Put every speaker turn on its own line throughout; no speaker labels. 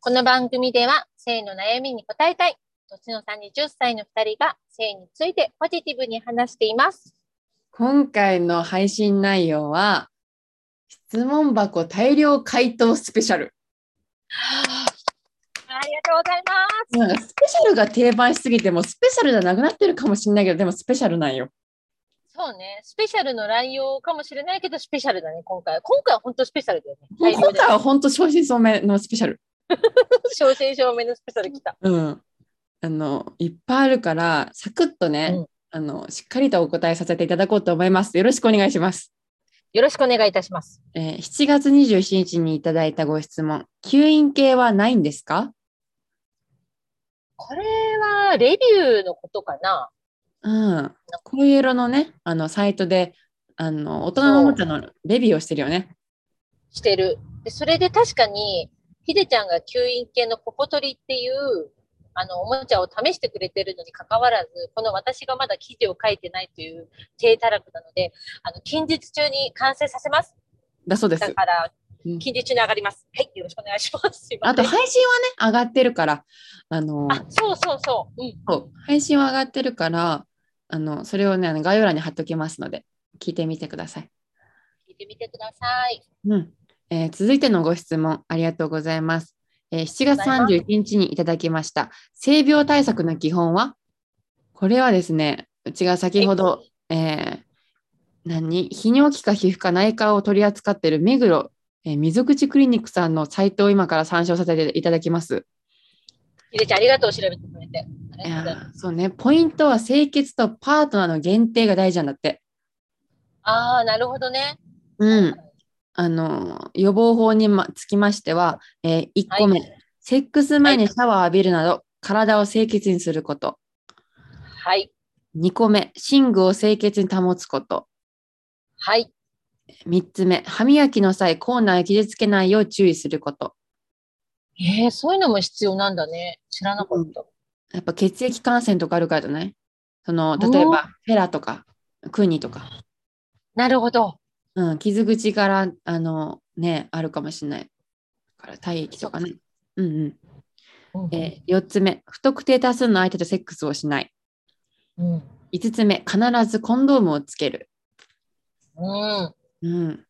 この番組では性の悩みに答えたい年の差20歳の2人が性についてポジティブに話しています。
今回の配信内容は質問箱大量回答スペシャル、
ありがとうございます。
なんかスペシャルが定番しすぎてもうスペシャルじゃなくなってるかもしれないけどでもスペシャルなんよ
そうね、スペシャルの乱用かもしれないけどスペシャルだね、今回。今回は本当スペシャルだよね。
もう今回は本当正真正銘のスペシャル
正真正銘のスペシャル来た。
うんあのいっぱいあるからサクッとね、
うん
あのしっかりとお答えさせていただこうと思いますよろしくお願いします
よろしくお願いいたします。
えー7月27日にいただいたご質問吸引系はないんですか
これはレビューのことかな
うん、恋色のね、あのサイトで、あの大人のおもちゃのレビューをしてるよね。
してる。でそれで確かに、ひでちゃんが吸引系のココトリっていう、あの、おもちゃを試してくれてるのに関わらず、この私がまだ記事を書いてないという低たらくなので、あの、近日中に完成させます。
だそうで
だ
す。
から、
うん
近日中に上がります。はい、よろしくお願いします。すいま
あ
せ
と
ん
配信はね、上がってるから、あの
あ、そうそうそう。うん。
そう配信は上がってるから、あのそれをね、あの概要欄に貼っときますので、聞いてみてください。
聞いてみてください。
うんえー続いてのご質問、ありがとうございます。えー7月31日にいただきました、性病対策の基本はこれはですね、うちが先ほど、えー何泌尿器科皮膚科内科を取り扱っている目黒、えー溝口クリニックさんのサイトを今から参照させていただきます。
ひでちゃん、ありがとう、調べてくれて。あ
い
りがとうご
や
ざいます
ーそうね、ポイントは清潔とパートナーの限定が大事なんだって。
あー、なるほどね。
うん、あの予防法にまつきましては、え1個目、
は
セックス前にシャワーを浴びるなど、体を清潔にすること。
はい。
2個目、寝具を清潔に保つこと。
はい。
3つ目、歯磨きの際、口内を傷つけないよう注意すること。
えー、そういうのも必要なんだね。知らなかった。
やっぱ血液感染とかあるからじゃないその例え
おー
ば、フェラとか、クーニとか、
なるほど。
うん、傷口からあの、ね、あるかもしれない。だから体液とかね。うん
うん
うんえ4つ目、不特定多数の相手とセックスをしない。
うん。
5つ目、必ずコンドームをつける。
うん。
うん。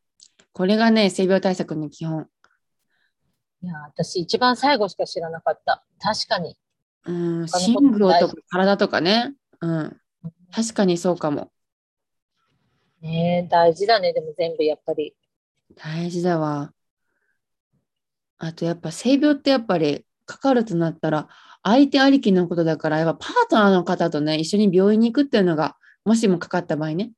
これがね、性病対策の基本。
いや、私一番最後しか知らなかった。確かに。
うん、
他
寝
のこと
具
も大
と
事
か体とかね。うん。確かにそうかも。
ねえ大事だね。でも全部やっぱり。
大事だわ。あとやっぱ性病ってやっぱりかかるとなったら相手ありきのことだからやっぱパートナーの方とね一緒に病院に行くっていうのがもしもかかった場合ね、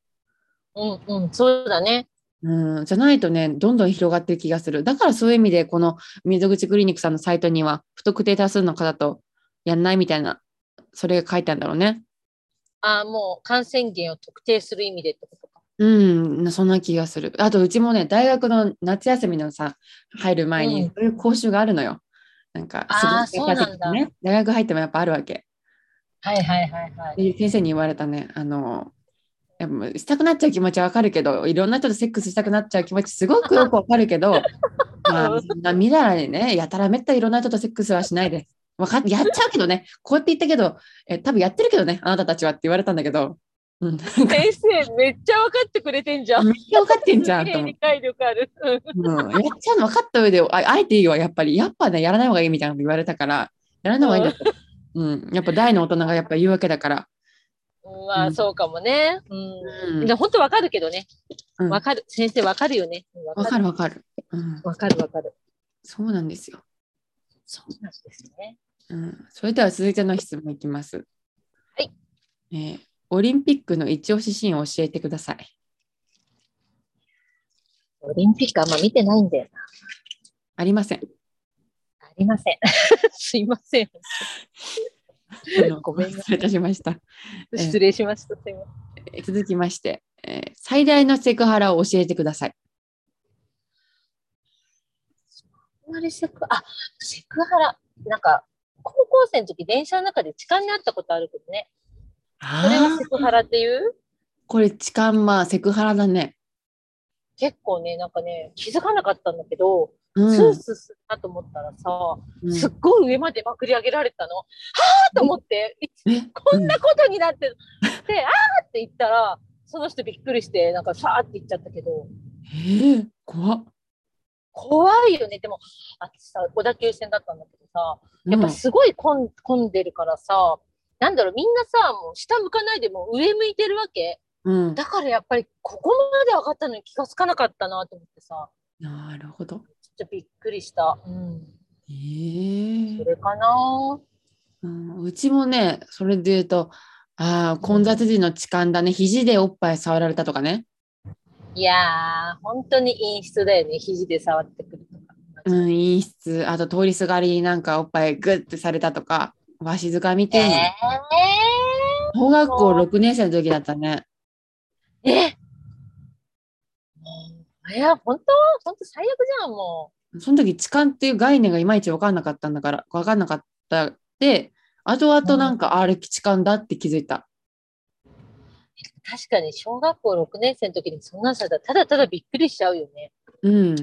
うんうん。そうだね。
うん、じゃないとねどんどん広がってる気がするだからそういう意味でこの溝口クリニックさんのサイトには不特定多数の方とやんないみたいなそれが書いてあるんだろうね
あーもう感染源を特定する意味でってことか。
うん、そんな気がする。あと、うちもね、大学の夏休みのさ、入る前
う
に
ん、
そういう講習があるのよ。なんか、
あー
すごい先生とね、大学入ってもやっぱあるわけ。
はいはいはいはい。
で、先生に言われたね、あの、やっぱしたくなっちゃう気持ちはわかるけど、いろんな人とセックスしたくなっちゃう気持ちすご くよくわかるけど、まあ、そんなみだらにね、やたらめったらいろんな人とセックスはしないです。わかっやっちゃうけどね、こうやって言ったけど、え多分やってるけどね、あなたたちはって言われたんだけ ど、うん、なんか
先生、めっちゃ分かってくれてんじゃん。
めっちゃわかってん じゃん
す
と
げえ
思って
理。解力ある。うん
うん、やっちゃうの分かった上で、ああえていいよ、やっぱり。やっぱね、やらない方がいいみたいなこと言われたから、やらない方がいいんだと。うん、やっぱ大の大人がやっぱ言うわけだから。
まあ、
うん
そうかもね。
う
うんん。で、本当わかるけどね。
うん
わかる。先生わかるよね。わ
わかるわかる。うん、
わかるわかる。
そうなんですよ。
そうなんですね。
うん、それでは続いての質問いきます。
はい。
えーオリンピックの一押しシーンを教えてください。
オリンピックあんま見てないんだよな。
ありません。
ありません。 すいません。
あ の
ごめんな
失礼いたしました。え
失礼しました。すいません。
えー続きまして、えー最大のセクハラを教えてください。
あんまりセク、あ、セクハラ。なんか、高校生の時、電車の中で痴漢にあったことあるけどね。それがセクハラっていう
これ、痴漢、まあ、セクハラだね。
結構ね、なんかね、気づかなかったんだけど、
うん
スースーするなと思ったらさ、
うん
すっごい上までまくり上げられたの。はあと思って、
え
こんなことになってる。で、あーって言ったら、その人びっくりして、なんかさーって言っちゃったけど、
ええ怖っ。
怖いよね。でも、あさ、小田急線だったんだけどさ、
うん
やっぱすごい混ん混んでるからさ、なんだろう、みんなさ、もう下向かないでもう上向いてるわけ。
うん、
だからやっぱりここまで上がったのに気がつかなかったなと思ってさ、
なるほど。
ちょっとびっくりした。うん。
ええ
それかな
うん、うちもね、それで言うと、ああ、混雑時の痴漢だね、肘でおっぱい触られたとかね。
いやー、本当に陰湿だよね。肘で触ってくるとか。
うん、陰湿、あと通りすがりになんかおっぱいグッてされたとか、わしづかみ
え
てんの、小学校6年生の時だったね。
ー、えもういや、本当本当最悪じゃん、も
その時痴漢っていう概念がいまいち分かんなかったんだから、分かんなかったで、後々なんか、あれ痴漢だって気づいた。
う。確かに、小学校6年生の時にそんなんされたら、ただただびっくりしちゃうよね。
うん。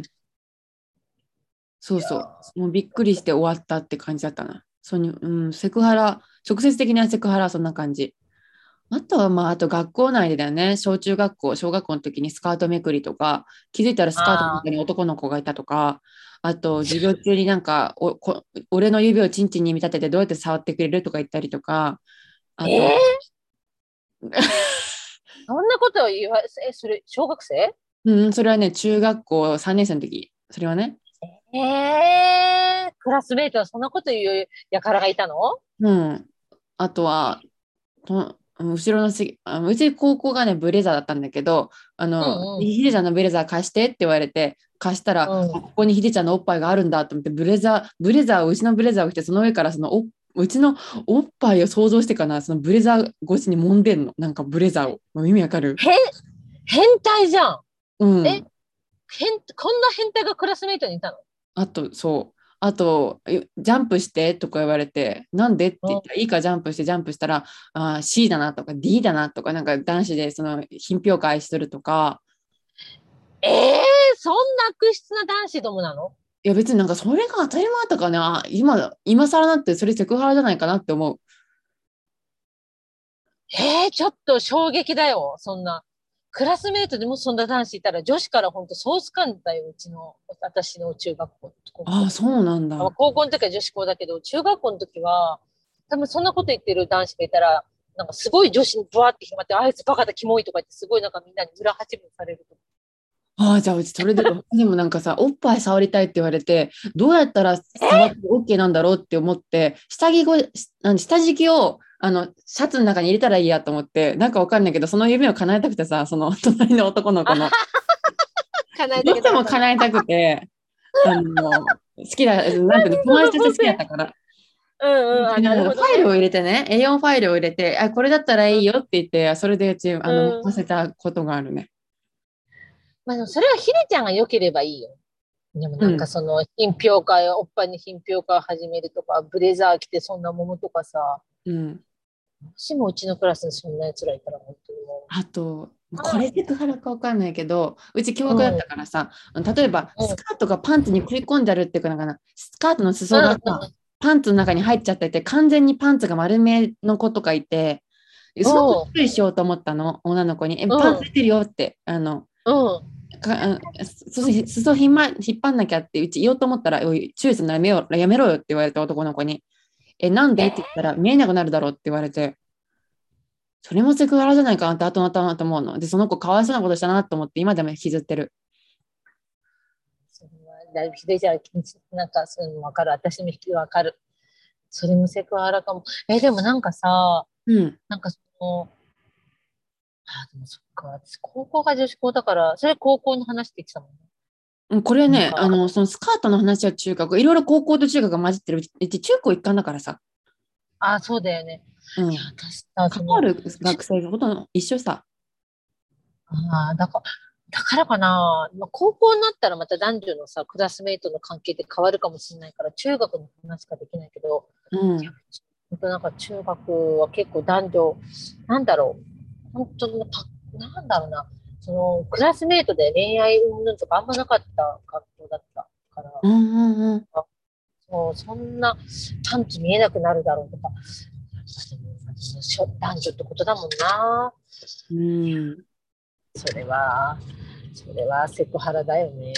そうそ
いうや。
もうびっくりして終わったって感じだったな。そうにうん、セクハラ、直接的なセクハラはそんな感じ。あとは、まあ、あと学校内でだよね、小中学校、小学校の時にスカートめくりとか、気づいたらスカートの中に男の子がいたとか、あと、授業中になんかおこ、俺の指をチンチンに見立ててどうやって触ってくれるとか言ったりとか、あと、
えそんなことを言わえ、それ、小学生
うん、それはね、中学校3年生の時、それはね、
えー、クラスメイトはそんなこと言うやからがいたの
うん。あとは、とうん後ろの席、あうち高校がね、ブレザーだったんだけど、あの、
うんうん
ヒデちゃんのブレザー貸してって言われて、貸したら、
うん
あここにヒデちゃんのおっぱいがあるんだと思って、ブレザー、ブレザーを、うちのブレザーを着て、その上からそのお、うちのおっぱいを想像してかな、そのブレザー越しに揉んでんの、なんかブレザーを。もう意味わか
へ
る
変態じゃん
うん。
え変こんな変態がクラスメイトにいたの
あと、そう。あと、えジャンプしてとか言われて、なんでって言ったら、いいかジャンプして、ジャンプしたら、あー C だなとか D だなとか、なんか男子でその品評会するとか、
えー、そんな悪質な男子どもなの
いや別になんかそれが当たり前とかね、あ今、今更なってそれセクハラじゃないかなって思う。
えー、ちょっと衝撃だよ、そんな。クラスメイトでもそんな男子いたら、女子からほんとソース感だよ、うちの、私の中学校。
ああ、そうなんだ。
まあ高校の時は女子校だけど、中学校の時は、多分そんなこと言ってる男子がいたら、なんかすごい女子にブワーって広まって、あいつバカだ、キモいとか言って、すごいなんかみんなに裏八分されると。
ああ、じゃあうちそれで、 でもなんかさ、おっぱい触りたいって言われて、どうやったら触って OK なんだろうって思って、下着ご、しあの下敷きをあのシャツの中に入れたらいいやと思って、なんかわかんないけど、その夢を叶えたくてさ、その 隣の男の子の、
叶え
ど
て
うしても叶えたくて、あの、好 きだ、なんていうの、友達として好きだったから。
うんうん、あ、なるほ
フ
ど
ァイ
ね、
ルを入れてね、A4 ファイルを入れて、あ、これだったらいいよって言って、それでうち、あの、
うん
させたことがあるね。
まあでもそれはひでちゃんが良ければいいよ。でもなんかその、品評会、おっぱいの品評会を始めるとか、ブレザー着てそんなものとかさ、
うん。
もしもうちのクラスにそんな奴らいたら本当にも
あと
ん
これセクハラかわかんないけどうち教育だったからさ、例えば
うん
スカートがパンツに食い込んであるっていうかなんかなスカートの
う。
裾がさ、パンツの中に入っちゃってて完全にパンツが丸めの子とかいてすごくびっくりしようと思ったの女の子に「え
ん
パンツ出てるよ」ってあの
うん。うん。
かあ裾裾ひんま引っ張んなきゃってうち言おうと思ったら「おい注意するのやめようやめろよ」って言われて男の子に「えなんで?」って言ったら「見えなくなるだろう」って言われてそれもセクハラじゃないかなって後々だなと思うのでその子かわいそうなことしたなと思って今でも引きずってる
それはだいぶひどいじゃん。なんかそういうの分かる。私も分かる。それもセクハラかも。え、でもなんかさ、
うん
なんかその、あ、でもそっか。私高校が女子校だから、それ高校の話って言ってたもんね。
うんこれはね
なんか
あのそのスカートの話は中学いろいろ高校と中学が混じってるうちうち中高一貫だからさ、
あ、そうだよね。
うん
いや、、私さ、そ
関
の
わる学生のことの一緒さ
ああ、だから、だからかな。まあ高校になったらまた男女のさ、クラスメイトの関係って変わるかもしれないから、中学の話しかできないけど、
うん
本当なんか中学は結構男女、なんだろう、本当にパなんだろうな、そのクラスメートで恋愛云々とかあんまなかった学校だったから、から、
うんうんうん。
そうそんなパンツ見えなくなるだろうとか、しょ男女ってことだもんな。
うん、
それは、それはセクハラだよね。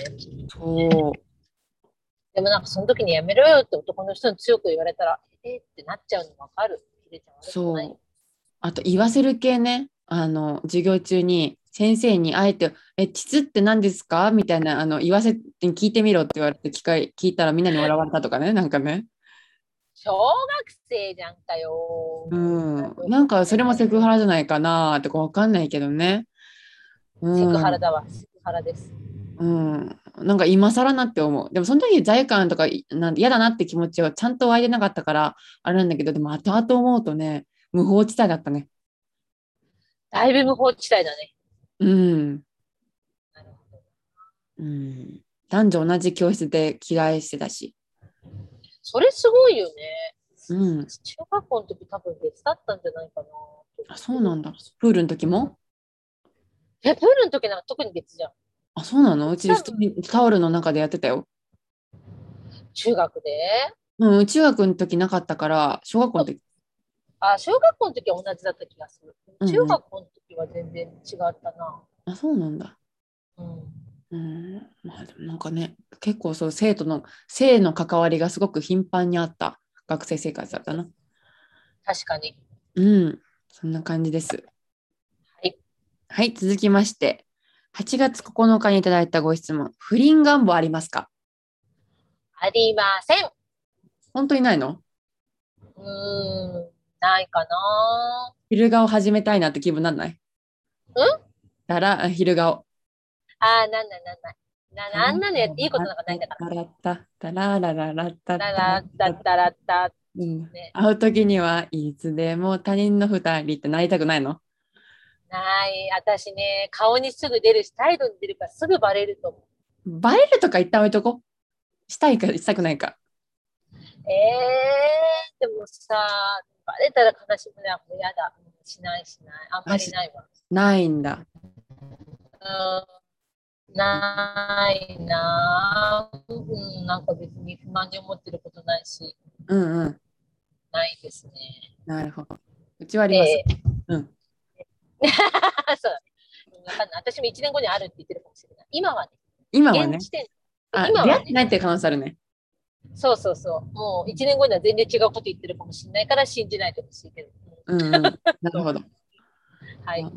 そう。
でもなんかその時にやめろよって男の人に強く言われたら、えーってなっちゃうのわかる。ひでちゃん悪く
そ。
ないう
あと言わせる系ね。あの授業中に先生にあえて「え膣って何ですか?」みたいなあの言わせて聞いてみろって言われて聞か聞いたらみんなに笑われたとかねなんかね。
小学生じゃんかよ。
うん、なんかそれもセクハラじゃないかなとかわかんないけどね。うん、
セクハラだわ。セクハラです。
うん、なんか今更なって思う。でもその時罪悪感とかいなん嫌だなって気持ちをちゃんと湧いてなかったからあれなんだけどでも後々思うとね無法地帯だったね。
だいぶ無法地帯だね。
うん
なるほど
うん、男女同じ教室で嫌いしてたし。
それすごいよね。
うん。
中学校の時多分別だったんじゃないかな。
あ、そうなんだ。プールの時も
え、プールの時なんか特に別じゃん。
あ、そうなのうち
うん
普通にタオルの中でやってたよ。
中学で。
うん、中学の時なかったから、小学校の時。
あ、小学校の時は同じだった気がする。
うんうん
中学校の時は全然違ったな。
あ、そうなんだ。
うん。
うん。まあでもなんかね、結構そう、生徒の、性の関わりがすごく頻繁にあった学生生活だったな。
確かに。
うん。そんな感じです。
はい。
はい、続きまして。8月9日にいただいたご質問。不倫願望ありますか
ありません。う
本当にないの
ーん。ないかな。
昼顔始めたいなって気分なんないんだら、あ昼顔。
あー、なんないなんない。ななあんなのやっていいことなんかないんだから。
らった、だららららった。
だらだだらだ
うん
ね
会うときにはいつでも他人の二人ってなりたくないの
ない。私ね、顔にすぐ出るし、態度に出るからすぐバレると思う。
バレるとか一旦置いとこう。したいかしたくないか。
えー、でもさ、バレたら悲しむね。もうやだ。うんしないしない。あんまりないわ。
ないんだ。
うんないなぁ、うん。なんか別に不満に思ってることないし、
うんうん。
ないですね。
なるほど。うちはあります。
ええ
うん。
そうだね。うんわかんない。私も1年後にあるって言ってるかもしれない。今はね、
今はね
現。時点、
あ、
今
出
は
会ってないっ
ね、
ていう可能性あるね。
そうそうそう。もう1年後には全然違うこと言ってるかもしれないから信じないでほしいけど。う
うん、うん。なるほど。
んはい。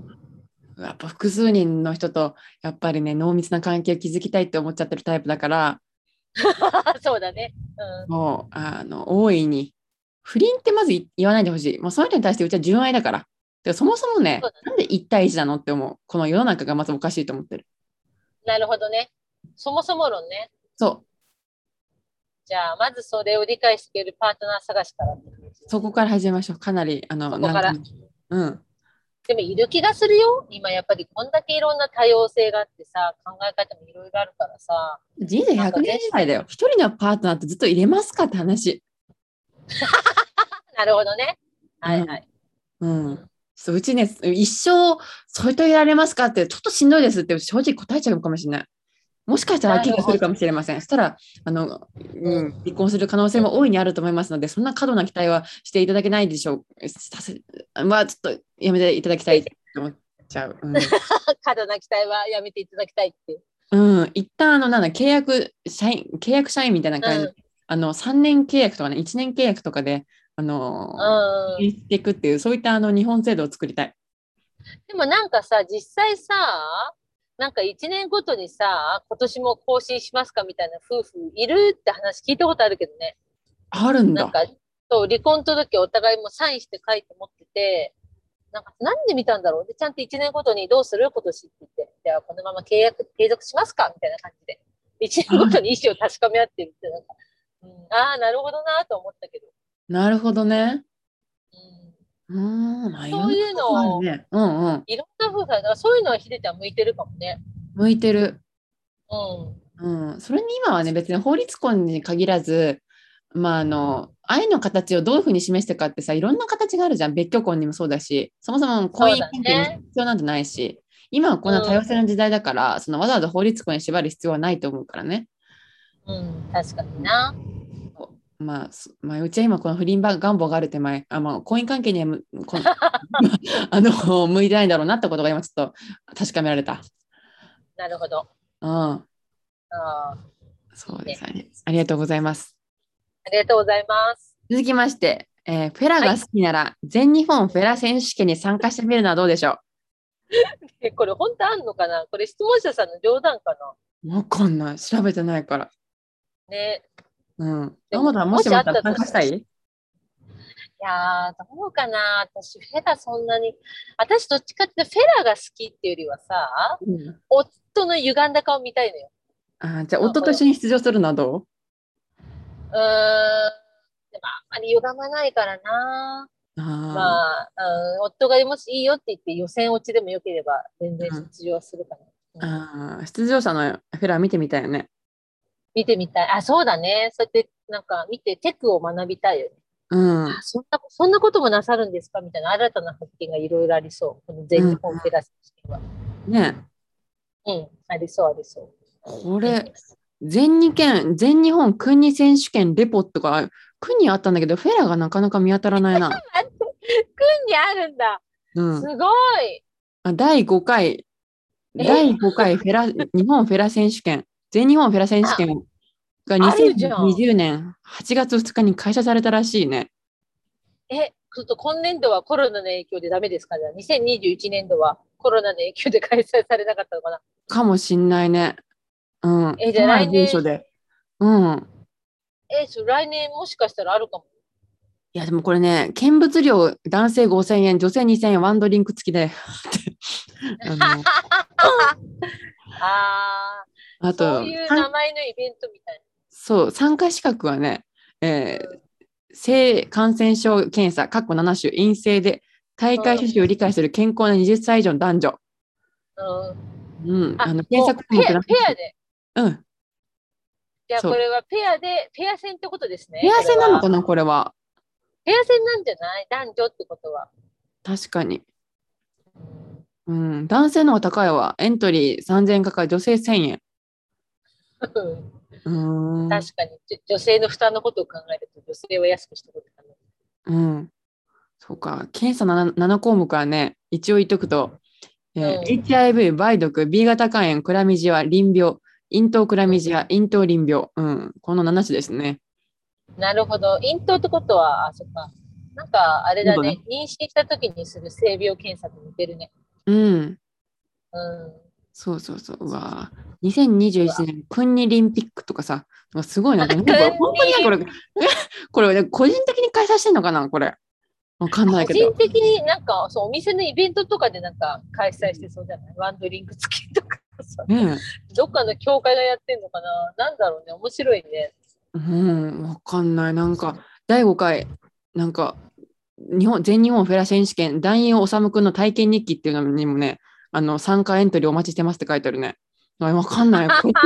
やっぱ複数人の人とやっぱりね濃密な関係を築きたいって思っちゃってるタイプだから
そうだね。うん。
もうあの大いに不倫ってまずい言わないでほしいもうその人に対してうちは純愛だからでそもそもね
そう
なんで1対1なのって思うこの世の中がまずおかしいと思ってる
なるほどね。そもそも論ね。
そ
じゃあ、まずそれを理解してくれるパートナー探しからって感じ
うそこから始めましょうかなりあの
そこから
なんかうん
でもいる気がするよ。今やっぱりこんだけいろんな多様性があってさ、考え方もいろいろあるからさ。
人生100年時代だよ一人のパートナーってずっと入れますかって話
なるほどね。はいはい。
うんそううちね一生添い遂げられますかってちょっとしんどいですって正直答えちゃうかもしれないもしかしたら
なるほ
気
ど
がするかもしれませんそしたらあの、うん、離婚する可能性も大いにあると思いますのでそんな過度な期待はしていただけないでしょうさせまあちょっとやめていただきたいと思っちゃう、
過度な期待はやめていただきたいっていう。
うんうん、一旦あのなんだ契約社員契約社員みたいな
うん。
感じ、あの3年契約とかね1年契約とかであの、
うん
していくっていうそういったあの日本制度を作りたい
でもなんかさ、実際さ、なんか1年ごとにさ、今年も更新しますかみたいな夫婦いるって話聞いたことあるけどね。
あるんだ
なんか、そう、離婚届お互いもサインして書いて持ってて、なんか、なんで見たんだろうで、ちゃんと1年ごとにどうする今年って言って、じゃあこのまま契約継続しますかみたいな感じで。1年ごとに意思を確かめ合ってるって、なんか、うん、ああ、なるほどなと思ったけど。
なるほどね。
うん
うーん、まあ、
そういうの
ろんなことあるね。うんうん。
いろんな夫婦が、だからそういうのはひでちゃん向いてるかもね。
向いてる。
うん。
うん。それに今はね、別に法律婚に限らず、まあ、あの、愛の形をどういうふうに示してかってさ、いろんな形があるじゃん。別居婚にもそうだし、そもそも婚姻関係に必要なんてないし、今はこんな多様性の時代だから、そのわざわざ法律婚に縛る必要はないと思うからね。
ううん、確かにな。
まあ、そまあ、うちは今この不倫ば願望がある手前、あまあ、婚姻関係にはむこん あの向いてないんだろうなってことが今ちょっと確かめられた。
なるほど。
うん、
あー
そうですね。ありがとうございます。
ありがとうございます。
続きまして、えーフェラが好きなら、全日本フェラ選手権に参加してみるのはどうでしょ
え、これ本当あんのかなこれ質問者さんの冗談かな
うわかんない。調べてないから。
ね。
うん。
でも
山田はもしもあった
も
ら参
しあ
加
っ
したた
ら
い
いやー、どうかな私、フェラそんなに。私、どっちかっていうとフェラが好きっていうよりはさ、
うん
夫の歪んだ顔見たいのよ。
あーじゃあ、夫と一緒に出場するのはどう
うーん。でも、あんまり歪まないからな
あ
まあ、うん、夫がもしいいよって言って予選落ちでもよければ全然出場するか
ー
な。うん
あー出場者のフェラ見てみたいよね。
見てみたい。あ、そうだね。そうやってなんか見てテクを学びたいよね。
うん。
あそんなそんなこともなさるんですかみたいな新たな発見がいろいろありそう。この全日本テラス試験は。
ね
うん、ありそうありそう。
これ、全日圏、全日本国選手権レポとか、国あったんだけど、フェラがなかなか見当たらないな。
軍にあるんだ。
う
す
ん、
ごい。
あ第5回、
え
第5回フェラ、 日本フェラ選手権、全日本フェラ選手権が
あるじゃん
2020年8月2日に開催されたらしいね。
え、ちょっと今年度はコロナの影響でダメですかじゃあ2021年度はコロナの影響で開催されなかったのかな
かもしんないね。うん。
えじゃあ
都内
来年
某所で。うん。
え、そう来年もしかしたらあるかも。
いや、でもこれね、見物料、男性5000円、女性2000円、ワンドリンク付きで。 あの
ああ、
あ
そ
と
ういう名前のイベントみたい
そう、参加資格はね、えー性感染症検査、括弧7種陰性で、大会趣旨を理解する健康な20歳以上の男女。
な。うん。
うん、
あ
あの
も
検
う
索
ペ
項目
ア
な
ペアで。
うん、
じゃあ
そう
これはペアで、ペア戦ってことですね。
ペア制なの
こ
か
れは
な、これは。
ペア戦なんじゃない男女ってことは。
確かに。うん、男性の方が高いわ。エントリー3000円かかる、女性1000円。
うん
うーん。
確かに、じょ女性の負担のことを考えると、女性は安くしたことかな。
うん。そうか、検査 7, 7項目はね、一応言っとくと、えー
うん
HIV、梅毒、B 型肝炎、クラミジア、淋病、咽頭クラミジア、咽頭淋病、うん、この7種ですね。
なるほど。咽頭ってことは、あ、そっか。なんか、あれだね。妊娠した時にする性病検査と似てるね。
うん、
うん。
そうそうそう、うわー2021年、クンニリンピックとかさ、なんか すごいな、なんか
クンニリン
本当にねこれ、これ、個人的に開催してんのかな、これ。わかんない
個
けど
人。的になんか、そう、お店のイベントとかでなんか開催してそうじゃないワンドリンク付きとかさ。
ね
どっかの教会がやってんのかななんだろうね。面白いね。
うん、わかんない。なんか、第5回、なんか、日本全日本フェラ選手権、団員修君の体験日記っていうのにもね、あの参加エントリーお待ちしてますって書いてあるね。あわか んない。個人にな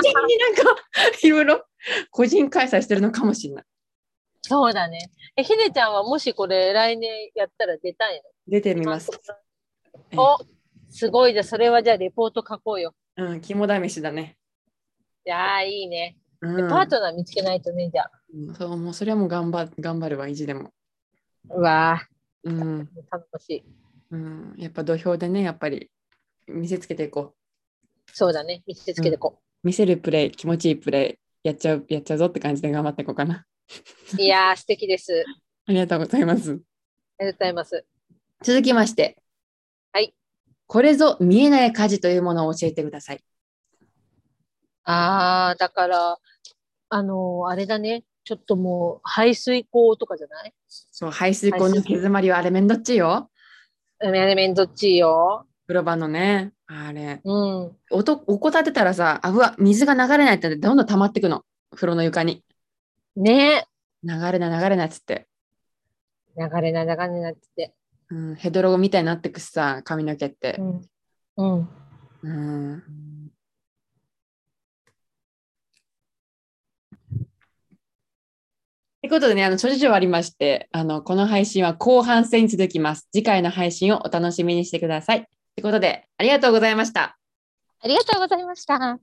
んか、いろいろ個人開催してるのかもしれない。
そうだね。え、ひでちゃんはもしこれ来年やったら出たい
出てみ
の
ます。。
お、すごいじゃあそれはじゃあレポート書こうよ。
うん、肝試しだね。
いやーいいね。
う
で
ん、
パートナー見つけないとね、じゃあ。
うんそう、もうそれはもう頑張頑張るわ、意地でも。
うわ
うん、
ー、楽しい。
うん、やっぱ土俵でね、やっぱり見せつけていこ
そうだね。見せつけてこ
う。見せるプレイ、気持ちいいプレイ、やっちゃう、やっちゃうぞって感じで頑張っていこうかな。
う。いやー、 素敵です。
ありがとうございます。
ありがとうございます。
続きまして。
はい。
これぞ見えない家事というものを教えてください。
あー、だから、あのーあれだね。ちょっともう、排水口とかじゃない
そう、排水口の毛詰まりはあれめんどっちいよ。
うんあれめんどっちいよ。
風呂場のね、あれ。
うん。
おと怠ってたらさ、あ、うわ、水が流れないってどんどん溜まってくの。風呂の床に。
ね
流れない流れないっつって。
流れない、流れないって言って。
うん、ヘドロみたいになってくしさ、髪の毛って。
うん。うん。
うん。ということでね、あの諸事情ありまして、あのこの配信は後半戦に続きます。次回の配信をお楽しみにしてください。ということで、ありがとうございました。
ありがとうございました。